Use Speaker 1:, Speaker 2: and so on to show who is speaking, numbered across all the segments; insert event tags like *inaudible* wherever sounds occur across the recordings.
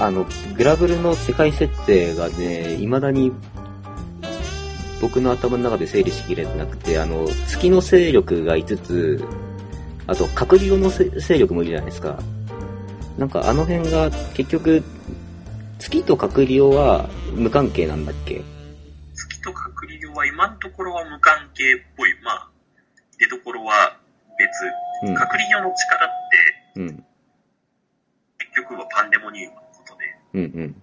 Speaker 1: あの、グラブルの世界設定がね、未だに僕の頭の中で整理しきれてなくて、あの、月の勢力が5つ、あと、隔離後のせ勢力もいるじゃないですか。なんかあの辺が結局、月と隔離後は無関係なんだっけ
Speaker 2: 月と隔離用は今のところは無関係っぽい。まあ、出どころは別。
Speaker 1: うん
Speaker 2: 隔離用の力って
Speaker 1: うん。
Speaker 2: 結局はパンデモニウムのことで。
Speaker 1: うん
Speaker 2: で、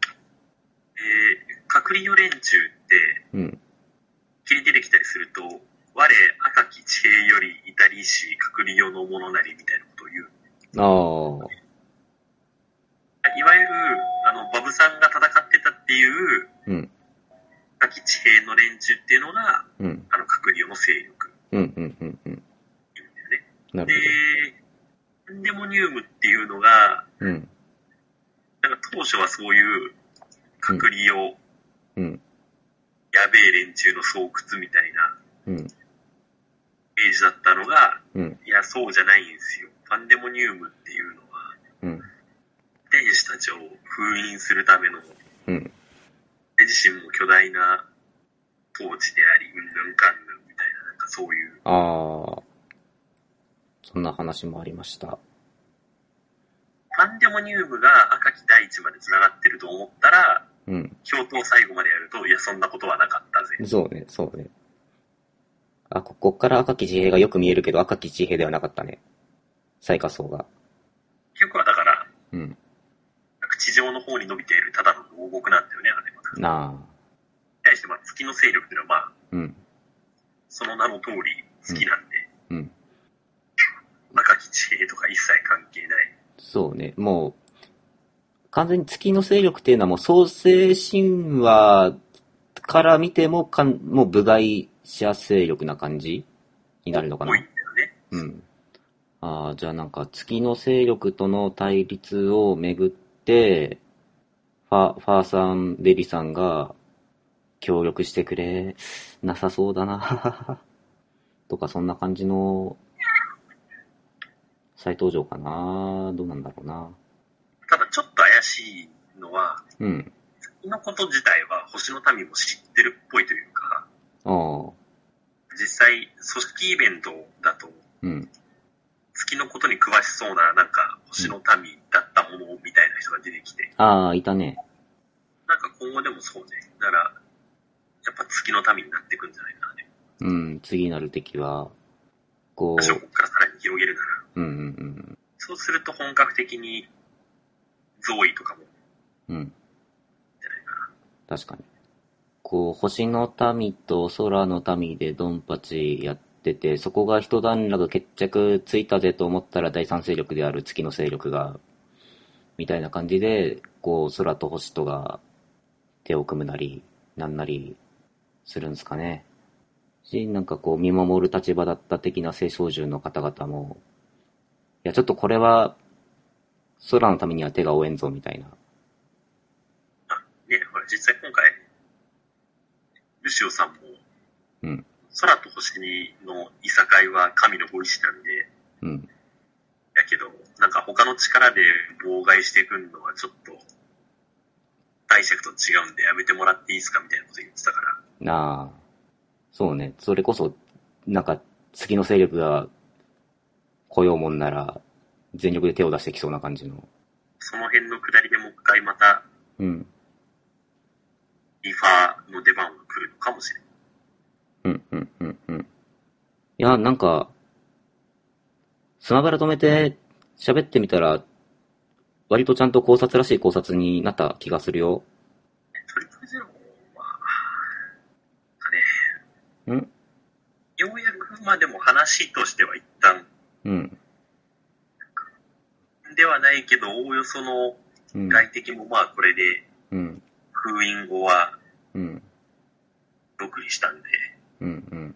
Speaker 2: 隔離用連中って、
Speaker 1: うん。うん。
Speaker 2: 切り出てきたりすると、我、赤き地平より至りし、隔離用のものなりみたいなことを言う。
Speaker 1: ああ。
Speaker 2: いわゆる、あの、バブさんが戦ってたっていう、
Speaker 1: うん。
Speaker 2: 赤き地平の連中っていうのが、
Speaker 1: うん。
Speaker 2: あの、隔離用の勢力。
Speaker 1: うん。うん。うん。うん。な
Speaker 2: で
Speaker 1: る、
Speaker 2: パンデモニウムっていうのが、
Speaker 1: ほど。うん。
Speaker 2: なんか当初はそういう、隔離用、
Speaker 1: うん。
Speaker 2: やべえ連中の巣窟みたいな
Speaker 1: うん。
Speaker 2: イメージだったのが、
Speaker 1: うん。
Speaker 2: いや、そうじゃないんですよ。パンデモニウムっていうのは、
Speaker 1: うん。
Speaker 2: 天使たちを封印するための、
Speaker 1: うん。
Speaker 2: 自身も巨大な統治であり、うんぬんかんぬんみたいな、なんかそういう、
Speaker 1: ああ。そんな話もありました。
Speaker 2: パンデモニウムが赤き大地まで繋がってると思ったら、
Speaker 1: うん。
Speaker 2: 共闘最後までやると、いや、そんなことはなかったぜ。
Speaker 1: そうね、そうね。あ、ここっから赤き地平がよく見えるけど、赤き地平ではなかったね。最下層が。
Speaker 2: 結局はだから、
Speaker 1: うん。
Speaker 2: なんか地上の方に伸びているただの王国なんだよね、あれは。
Speaker 1: なあ。
Speaker 2: 対して、まあ、月の勢力っていうのは、まあ、
Speaker 1: うん。
Speaker 2: その名の通り月なんで、
Speaker 1: うん。
Speaker 2: 赤き地平とか一切関係ない。
Speaker 1: そうね、もう、完全に月の勢力っていうのはもう創世神話から見てもかん、もう部外者勢力な感じになるのかな
Speaker 2: 多いん。だよね。
Speaker 1: うん。ああ、じゃあなんか月の勢力との対立をめぐって、ファ、ファーさん、ベリさんが協力してくれなさそうだな、 *laughs* とかそんな感じの再登場かな、どうなんだろうな。
Speaker 2: ただちょっと怪しいのは、
Speaker 1: うん。
Speaker 2: 月のこと自体は星の民も知ってるっぽいという
Speaker 1: あ
Speaker 2: か、
Speaker 1: あ、
Speaker 2: 実際組織イベントだと
Speaker 1: うん。
Speaker 2: 月のことに詳しそうななんか星の民だったものみたいな人が出てきて、
Speaker 1: ああ、いたね。
Speaker 2: なんか今後でもそうね。だから、やっぱ月の民になってくんじゃないかなね。
Speaker 1: うん、次なる敵は、こ
Speaker 2: 私はここからさらに広げるなら。
Speaker 1: う、うんうん
Speaker 2: そうすると本格的に、ゾイとかも
Speaker 1: うん。うん。
Speaker 2: じゃないかな。
Speaker 1: 確かに。こう、星の民と空の民でドンパチやってて、そこが一段落決着ついたぜと思ったら第三勢力である月の勢力が、みたいな感じで、こう、空と星とが手を組むなり、なんなりするんですかね。し、なんかこう、見守る立場だった的な聖少獣の方々も、いや、ちょっとこれは、空のためには手が負えんぞ、みたいな。
Speaker 2: ね、ほら、実際今回、ルシオさんも、
Speaker 1: うん
Speaker 2: 空と星のいさかいは神のご意志なんで、
Speaker 1: うん。
Speaker 2: やけど、なんか他の力で妨害してくんのはちょっと、大尺と違うんでやめてもらっていいですかみたいなこと言ってたから、
Speaker 1: ああ、そうね。それこそ、なんか、月の勢力が来ようもんなら、全力で手を出してきそうな感じの。
Speaker 2: その辺の下りでもう一回また、
Speaker 1: うん。
Speaker 2: リファーの出番が来るのかもしれない。
Speaker 1: うん、うん、うん、うん。いや、なんか、スマブラ止めて喋ってみたら、割とちゃんと考察らしい考察になった気がするよ。
Speaker 2: トリプルゼロは、ね、
Speaker 1: うん
Speaker 2: ようやく、まあでも話としては一旦、
Speaker 1: うん。
Speaker 2: ではないけど、おおよその
Speaker 1: うん。
Speaker 2: 外敵もまあこれで
Speaker 1: うん。
Speaker 2: 封印後は
Speaker 1: うん。
Speaker 2: 独立したんで、
Speaker 1: うん。うん。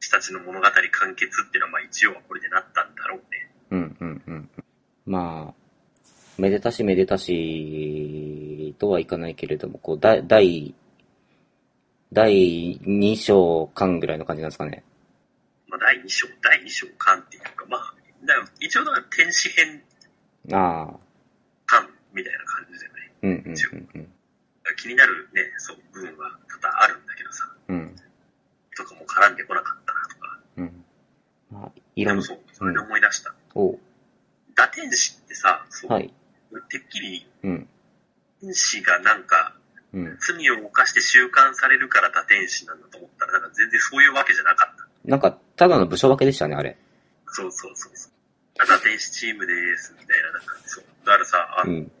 Speaker 2: 私たちの物語完結っていうのはまあ一応はこれでなったんだろうね。
Speaker 1: うんうんうん。まあ、めでたしめでたしとはいかないけれども、こう、だ第、第2章間ぐらいの感じなんですかね。
Speaker 2: まあ第2章、第2章巻っていうか、まあ、だから一応だから天使編
Speaker 1: ああ、
Speaker 2: 巻みたいな感じじゃない。
Speaker 1: うんうんうん
Speaker 2: 気になるね、そう、部分は多々あるんだけどさ、
Speaker 1: うん。うん。
Speaker 2: とかも絡んでこなかったなとか、
Speaker 1: うん。まあ、い
Speaker 2: で
Speaker 1: ろん
Speaker 2: も
Speaker 1: な、
Speaker 2: そう、それで思い出した。
Speaker 1: お
Speaker 2: 打天使ってさ、そう、
Speaker 1: はい。
Speaker 2: てっきり
Speaker 1: うん。
Speaker 2: 天使がなんか、
Speaker 1: うん。
Speaker 2: 罪を犯して収監されるから打天使なんだと思ったら、なんか全然そういうわけじゃなかった。
Speaker 1: なんか、ただの部署分けでしたね、あれ。
Speaker 2: そうそうそうそう。あ打天使チームです、みたいな、なんか、そう。だからさ、あ
Speaker 1: う
Speaker 2: の、
Speaker 1: ん。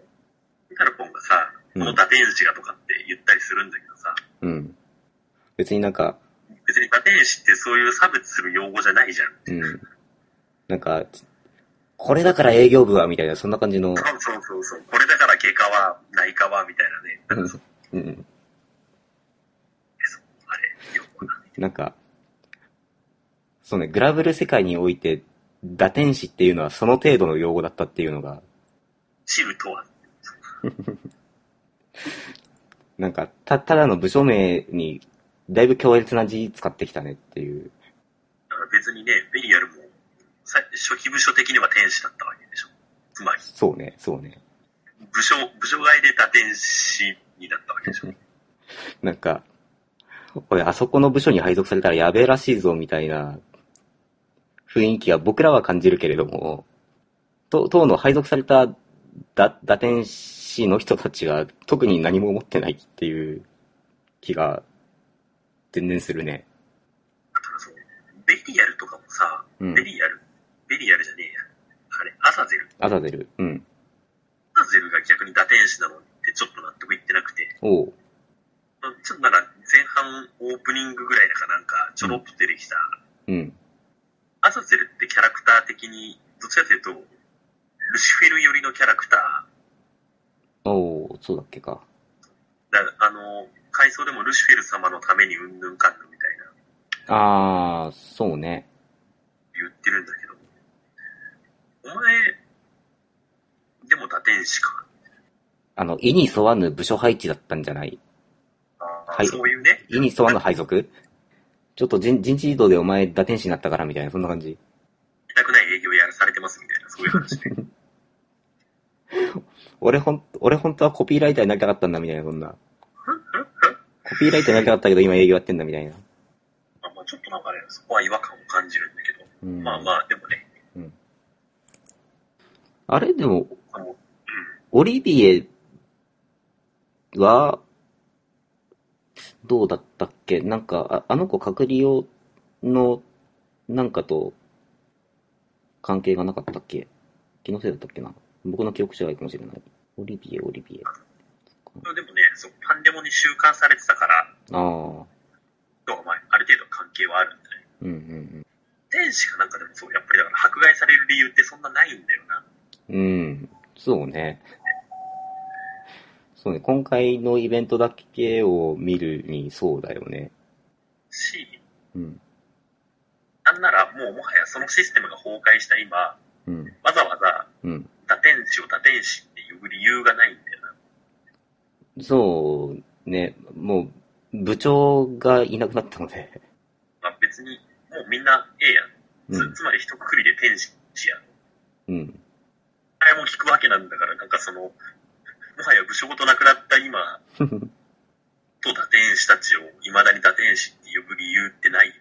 Speaker 2: タラポンがさ、こ
Speaker 1: うん
Speaker 2: の打天使がとかって言ったりするんだけどさ、
Speaker 1: うん。別になんか、
Speaker 2: 別に打天使ってそういう差別する用語じゃないじゃん。
Speaker 1: うん。なんか、これだから営業部は、みたいな、そんな感じの。
Speaker 2: そうそうそうそう。これだから外科は、内科は、みたいなね。
Speaker 1: うんうん。
Speaker 2: あれ、よくわかんない
Speaker 1: なんか、そうね、グラブル世界において、打天使っていうのはその程度の用語だったっていうのが、
Speaker 2: チルとは。
Speaker 1: なんか、た、ただの部署名に、だいぶ強烈な字使ってきたねっていう。
Speaker 2: だから別にね、ベリアルも、さ初期部署的には天使だったわけでしょ。つまり、
Speaker 1: そうね、そうね。
Speaker 2: 部署、部署外で打天使になったわけでしょ。
Speaker 1: なんか、俺、あそこの部署に配属されたらやべえらしいぞ、みたいな雰囲気は僕らは感じるけれども、と当の配属されただ打天使の人たちは特に何も思ってないっていう気が全然するね。
Speaker 2: だからそう、ベリアルとかもさ、
Speaker 1: うん
Speaker 2: ベ。リアル、ベリアルじゃねえや。あれ、アザゼル。
Speaker 1: アザゼル。うん。
Speaker 2: アザゼルが逆に打天使なのってちょっと納得いってなくて、
Speaker 1: おう。
Speaker 2: ちょっとなんか前半オープニングぐらいだかなんかちょろっと出てきた、
Speaker 1: うん。
Speaker 2: アザゼルってキャラクター的に、どっちかというと、ルシフェル寄りのキャラクター、
Speaker 1: おう、そうだっけか。
Speaker 2: だあの、回想でもルシフェル様のためにうんぬんかんぬんみたいな
Speaker 1: あー、そうね。
Speaker 2: 言ってるんだけど、お前、でも打天使か。
Speaker 1: あの、意に沿わぬ部署配置だったんじゃないはい
Speaker 2: そういうね、
Speaker 1: 意に沿わぬ配属ちょっと人人事異動でお前打天使になったからみたいな、そんな感じ。
Speaker 2: 痛くない営業やらされてますみたいな、そういう話
Speaker 1: *laughs*
Speaker 2: ね。
Speaker 1: 俺ほん、俺本当はコピーライターになりたかったんだみたいな、そんな。コピーライターになりたかったけど今営業やってんだみたいな。
Speaker 2: まあまあちょっとなんかね、そこは違和感を感じるんだけど、
Speaker 1: うん
Speaker 2: まあまあ、でもね、
Speaker 1: あれでも、
Speaker 2: あの、うん、
Speaker 1: オリビエは、どうだったっけなんかあ、あの子隔離用の、なんかと、関係がなかったっけ気のせいだったっけな僕の記憶違いかもしれない。オリビエ、オリビエ。
Speaker 2: でもね、そうパンデモに収監されてたから、
Speaker 1: ああ。
Speaker 2: とはまあ、ある程度関係はあるんだね。
Speaker 1: うんうん
Speaker 2: 天使かなんかでもそう、やっぱりだから迫害される理由ってそんなないんだよな。
Speaker 1: うん。うん。そうね。そうね。今回のイベントだけを見るにそうだよね。
Speaker 2: し、
Speaker 1: うん。
Speaker 2: なんならもうもはやそのシステムが崩壊した今、
Speaker 1: うん。
Speaker 2: わざわざ
Speaker 1: うん。
Speaker 2: 打天使を打天使って呼ぶ理由がないんだよな。
Speaker 1: そうね。もう、部長がいなくなったので。
Speaker 2: まあ別に、もうみんなええやん。つ,、
Speaker 1: うん。
Speaker 2: つまり一括りで天使やん。
Speaker 1: うん。
Speaker 2: あれも聞くわけなんだから、なんかその、もはや部署ごとなくなった今、と打天使たちを未だに打天使って呼ぶ理由ってないよ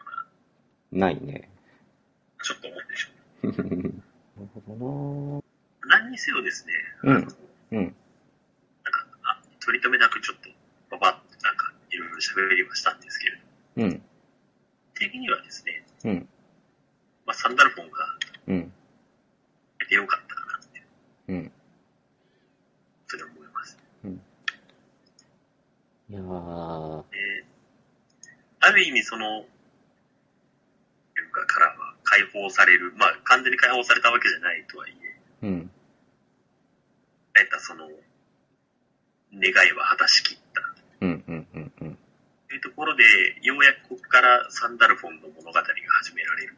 Speaker 2: な。
Speaker 1: ないね。
Speaker 2: ちょっと思うでし
Speaker 1: な
Speaker 2: ょ。
Speaker 1: るほ
Speaker 2: 何にせよですね、
Speaker 1: どな
Speaker 2: あの
Speaker 1: うん。うん。
Speaker 2: あ取り留めなくちょっと、ばばっとなんか、いろいろ喋りはしたんですけれ
Speaker 1: う
Speaker 2: ど、
Speaker 1: ん。
Speaker 2: 的にはですね、
Speaker 1: うん。
Speaker 2: まあ、サンダルフォンが
Speaker 1: うん。
Speaker 2: 出てよかったかなって、
Speaker 1: うん。
Speaker 2: それは思います。
Speaker 1: いやー、
Speaker 2: で、ある意味その、ルカからは解放される、まあ、完全に解放されたわけじゃないとはいえ、
Speaker 1: うん。
Speaker 2: えったその、願いは果たしきった。
Speaker 1: うん。うん。うん。うん。
Speaker 2: というところで、ようやくここからサンダルフォンの物語が始められる。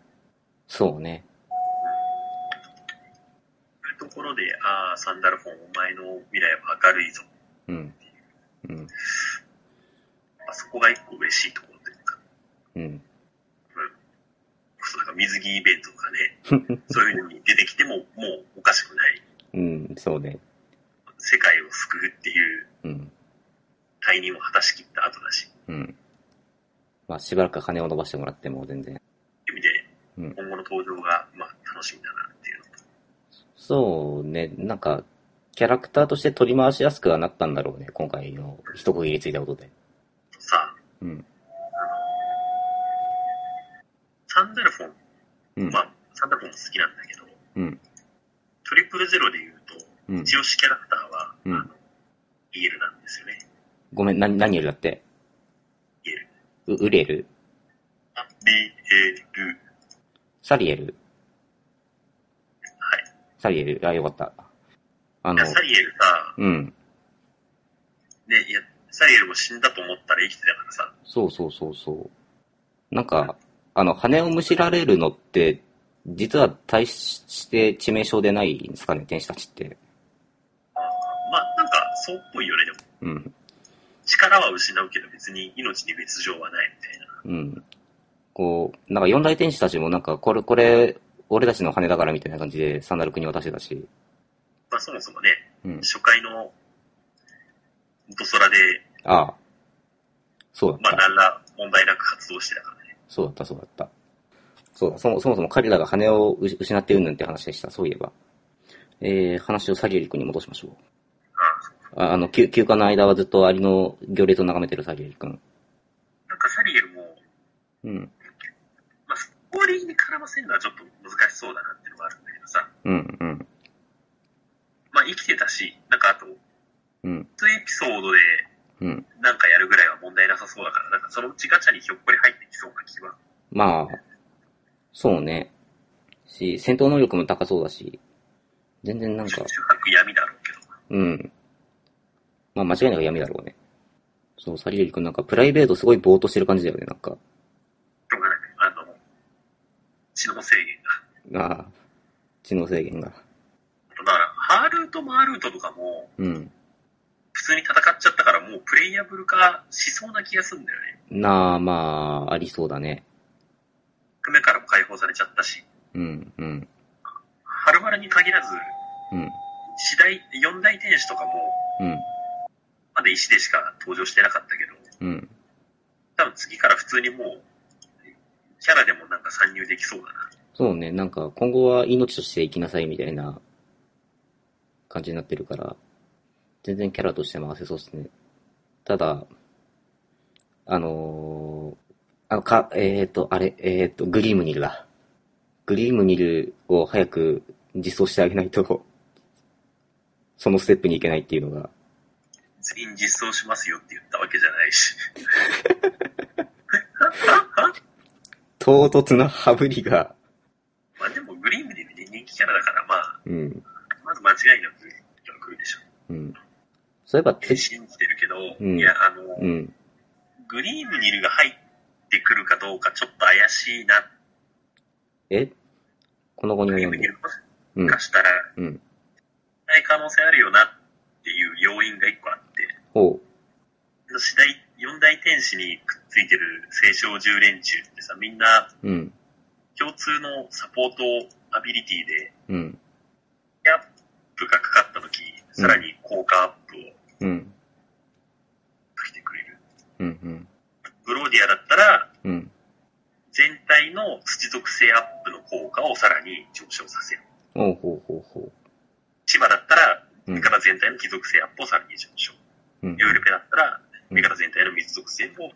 Speaker 1: そうね。
Speaker 2: というところで、ああ、サンダルフォン、お前の未来は明るいぞ。
Speaker 1: うん。うん。
Speaker 2: まあ、そこが一個嬉しいところというか、
Speaker 1: うん。
Speaker 2: そうなんか水着イベント
Speaker 1: *laughs*
Speaker 2: とかね、そういうのに出てきても、もうおかしくない
Speaker 1: うん。そうね。
Speaker 2: 世界を救うっていう
Speaker 1: うん。
Speaker 2: 退任を果たしきった後だし、
Speaker 1: うん。まあ、しばらく羽を伸ばしてもらっても全然。
Speaker 2: という意
Speaker 1: うん
Speaker 2: 味で、今後の登場が、まあ、楽しみだなっていうのと。
Speaker 1: そうね、なんか、キャラクターとして取り回しやすくはなったんだろうね、今回の一区切りついたことで。
Speaker 2: さあ、
Speaker 1: うん。
Speaker 2: サンダルフォン、
Speaker 1: うん
Speaker 2: ま。あ、サンダルフォンも好きなんだけど、
Speaker 1: うん。
Speaker 2: トリプルゼロで言うと、
Speaker 1: うん
Speaker 2: 一押しキャラクターは、
Speaker 1: うん
Speaker 2: あの、イエルなんですよね。
Speaker 1: ごめん、な、何よりだって。
Speaker 2: イエル。
Speaker 1: う、ウレル
Speaker 2: あ B、A、ル、
Speaker 1: サリエル
Speaker 2: はい。
Speaker 1: サリエルあ、よかった。あ
Speaker 2: い
Speaker 1: の
Speaker 2: や、サリエルさ、
Speaker 1: うん。
Speaker 2: ね、いや、サリエルも死んだと思ったら生きてたからさ、
Speaker 1: そうそうそうそう。なんか、あの、羽をむしられるのって、実は対して致命傷でないんですかね、天使たちって。
Speaker 2: まあ、なんか、そうっぽいよね、でも。
Speaker 1: うん。
Speaker 2: 力は失うけど別に命に別状はないみたいな。
Speaker 1: うん。こう、なんか四大天使たちもなんか、これ、これ、俺たちの羽だからみたいな感じでサンダル君に渡してたし。
Speaker 2: まあ、そもそもね、
Speaker 1: うん。
Speaker 2: 初回の、元空で、
Speaker 1: ああ。そうだ
Speaker 2: まあ、
Speaker 1: っ
Speaker 2: な
Speaker 1: た。
Speaker 2: んら問題なく活動してたからね。
Speaker 1: そうだった、そうだった。そうだ、そもそもそも彼らが羽をうし失ってうんぬんって話でした、そういえば。えー、話をサリエリ君に戻しましょう。
Speaker 2: ああ
Speaker 1: ああの、休休暇の間はずっとアリの行列を眺めてるサリエリ君。
Speaker 2: なんかサリエルも、
Speaker 1: うん。
Speaker 2: まあ、ストーリーに絡ませるのはちょっと難しそうだなっていうのがあるんだけどさ、
Speaker 1: うん、うん、
Speaker 2: まあ、生きてたし、なんかあと、
Speaker 1: うん、
Speaker 2: 普通エピソードで
Speaker 1: うん。
Speaker 2: なんかやるぐらいは問題なさそうだから、なんかそのうちガチャにひょっこり入ってきそうな気は。
Speaker 1: まあ、そうね。し、戦闘能力も高そうだし、全然なん
Speaker 2: 中
Speaker 1: か、
Speaker 2: 白闇だろうけど。
Speaker 1: うん。まあ間違いなく闇だろうね。そう、サリエリ君なんかプライベートすごいぼーっとしてる感じだよね、なんか。
Speaker 2: しょうがなく、あの、知能制限が。
Speaker 1: ああ、知能制限が。
Speaker 2: だから、ハールート・マールートとかも、
Speaker 1: うん。
Speaker 2: 普通に戦っちゃったからもうプレイヤブル化しそうな気がするんだよね。
Speaker 1: なあ、まあ、ありそうだね。
Speaker 2: 船からも解放されちゃったし、
Speaker 1: うん、うん、
Speaker 2: ハルマラに限らず、
Speaker 1: うん、
Speaker 2: 四大、四大天使とかも、
Speaker 1: うん、
Speaker 2: まだ石でしか登場してなかったけど、
Speaker 1: うん。
Speaker 2: 多分次から普通にもう、キャラでもなんか参入できそうだな。
Speaker 1: そうね、なんか今後は命として生きなさいみたいな感じになってるから、全然キャラとして回せそうですね。ただ、あのー、あのか、えっ、ー、と、あれ、えっ、ー、と、グリームニルだ。グリームニルを早く実装してあげないと、そのステップに行けないっていうのが、
Speaker 2: 全員実装しますよって言ったわけじゃないし。
Speaker 1: 唐突な羽振りが、
Speaker 2: まあでもグリーンで人気キャラだから、まあ、
Speaker 1: うん、
Speaker 2: まず間違いなく来るでしょ。
Speaker 1: うん。そういえば、
Speaker 2: って
Speaker 1: て
Speaker 2: 信じてるけど、
Speaker 1: うん
Speaker 2: いや、あの、
Speaker 1: うん、
Speaker 2: グリームニルが入ってくるかどうかちょっと怪しいな。
Speaker 1: えこの後に
Speaker 2: グリ
Speaker 1: 及
Speaker 2: ー
Speaker 1: ん
Speaker 2: ムニ
Speaker 1: で。
Speaker 2: ルもし
Speaker 1: うん、
Speaker 2: かしたら、
Speaker 1: うん。
Speaker 2: ない可能性あるよなっていう要因が一個あって、
Speaker 1: おう、
Speaker 2: 四大、四大天使にくっついてる青少10連中ってさ、みんな
Speaker 1: うん、
Speaker 2: 共通のサポートアビリティで、
Speaker 1: うん。
Speaker 2: キャップがかかった時、さらに効果アップを
Speaker 1: うん。
Speaker 2: かけてくれる。
Speaker 1: うん。うん
Speaker 2: ブローディアだったら、
Speaker 1: うん。
Speaker 2: 全体の土属性アップの効果をさらに上昇させる。
Speaker 1: おうほうほうほ
Speaker 2: 千葉だったら、
Speaker 1: う。うん
Speaker 2: 味。方全体の貴族性アップをさらに上昇。
Speaker 1: うん
Speaker 2: ユールペだったら、
Speaker 1: うん
Speaker 2: 味方全体の水属性も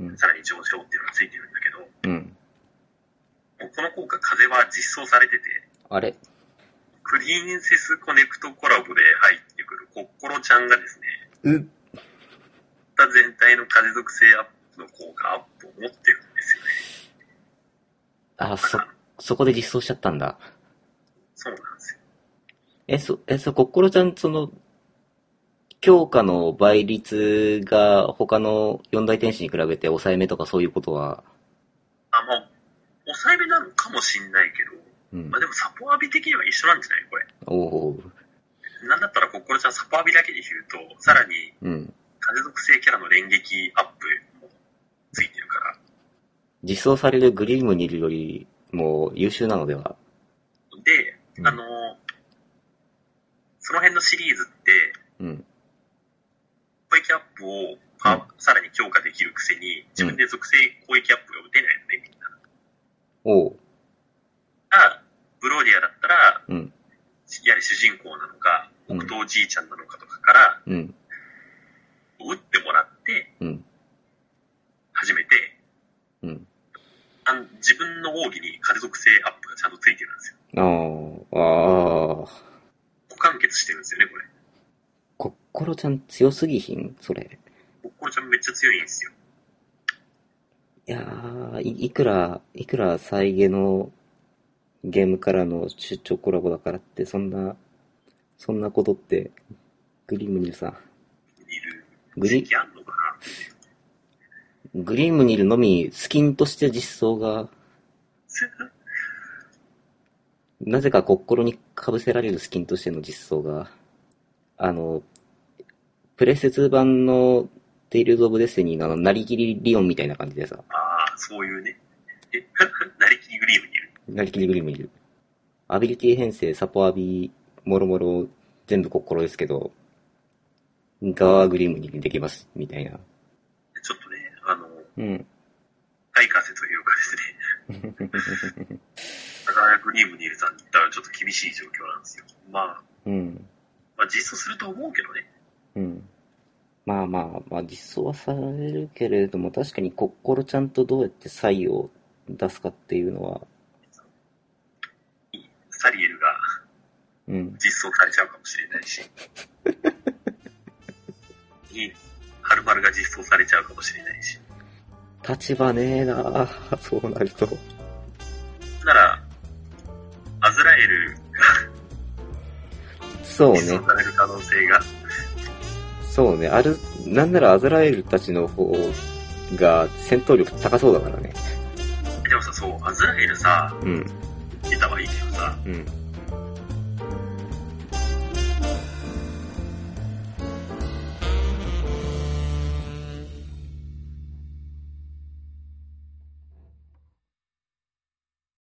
Speaker 1: うん
Speaker 2: さらに上昇っていうのがついてるんだけど、も
Speaker 1: うん。
Speaker 2: うこの効果風は実装されてて、
Speaker 1: あれ
Speaker 2: プリンセスコネクトコラボで入ってくるコッコロちゃんがですね、
Speaker 1: う
Speaker 2: 味方全体の風属性アップの効果アップを持ってるんですよね。
Speaker 1: あ、そ、そこで実装しちゃったんだ。
Speaker 2: そうなんですよ。
Speaker 1: え、そ、え、そ、コッコロちゃん、その、強化の倍率が他の四大天使に比べて抑えめとかそういうことは、
Speaker 2: あ、まあ、抑えめなのかもしんないけど、
Speaker 1: うん
Speaker 2: まあ。でもサポアビ的には一緒なんじゃないこれ。
Speaker 1: おう。
Speaker 2: なんだったらコッコロちゃんサポアビだけで言うと、さらに
Speaker 1: うん。
Speaker 2: 風属性キャラの連撃アップもついてるから、
Speaker 1: 実装されるグリームにいるよりも優秀なのでは
Speaker 2: で
Speaker 1: う、ん
Speaker 2: あの、その辺のシリーズって、力をかさらに強化できるくせに、自分で属性攻撃アップが打てないのね、みんな。
Speaker 1: おう。
Speaker 2: あブローディアだったら、
Speaker 1: うん。
Speaker 2: やはり主人公なの
Speaker 1: う
Speaker 2: か、
Speaker 1: ん
Speaker 2: 北東じいちゃんなのかとかから、
Speaker 1: うん。
Speaker 2: 打ってもらって、
Speaker 1: うん。
Speaker 2: 初めて、
Speaker 1: うん。
Speaker 2: あん自分の奥義に風属性アップがちゃんとついてるんですよ。
Speaker 1: ああ、ああ。
Speaker 2: 股関節してるんですよね、これ。
Speaker 1: こっころちゃん強すぎひんそれ。
Speaker 2: ここちゃんめっちゃ強いんですよ。
Speaker 1: いやーい、いくら、いくら再現のゲームからの出張コラボだからって、そんな、そんなことって、グリムニルさん。
Speaker 2: いる。
Speaker 1: グ
Speaker 2: 時
Speaker 1: リ、
Speaker 2: 期あんのかな
Speaker 1: グリムニルのみスキンとして実装が、なぜか心に被せられるスキンとしての実装が、あの、プレステ2版のテイルズ・オブ・デスティニーのあの、なりきりリオンみたいな感じでさ、
Speaker 2: ああ、そういうね。え、 *laughs* なりきりグリームにいる。
Speaker 1: なりきりグリムいる。アビリティ編成、サポアビ、もろもろ、全部心ですけど、側はグリムにできます、みたいな。
Speaker 2: ちょっとね、あの、
Speaker 1: うん。
Speaker 2: 大関節というかですね。だからグリームにいるさんだったらちょっと厳しい状況なんですよ。まあ、
Speaker 1: うん。
Speaker 2: まあ実装すると思うけどね。
Speaker 1: うん。まあまあ、まあ実装はされるけれども、確かに心ちゃんとどうやって差異を出すかっていうのは、
Speaker 2: サリエルが
Speaker 1: うん。
Speaker 2: 実装されちゃうかもしれない
Speaker 1: *laughs*
Speaker 2: し。に、ハルマルが実装されちゃうかもしれないし。
Speaker 1: 立場ねえなあ *laughs* そうなると。
Speaker 2: なら、アズラエル
Speaker 1: そう
Speaker 2: が
Speaker 1: ね
Speaker 2: 実。装される可能性が、
Speaker 1: そうね。ある、なんならアズラエルたちの方が戦闘力高そうだからね。
Speaker 2: でもさ、そう、アズラエルさ、
Speaker 1: うん。
Speaker 2: 出たはいいけどさ、
Speaker 1: うん。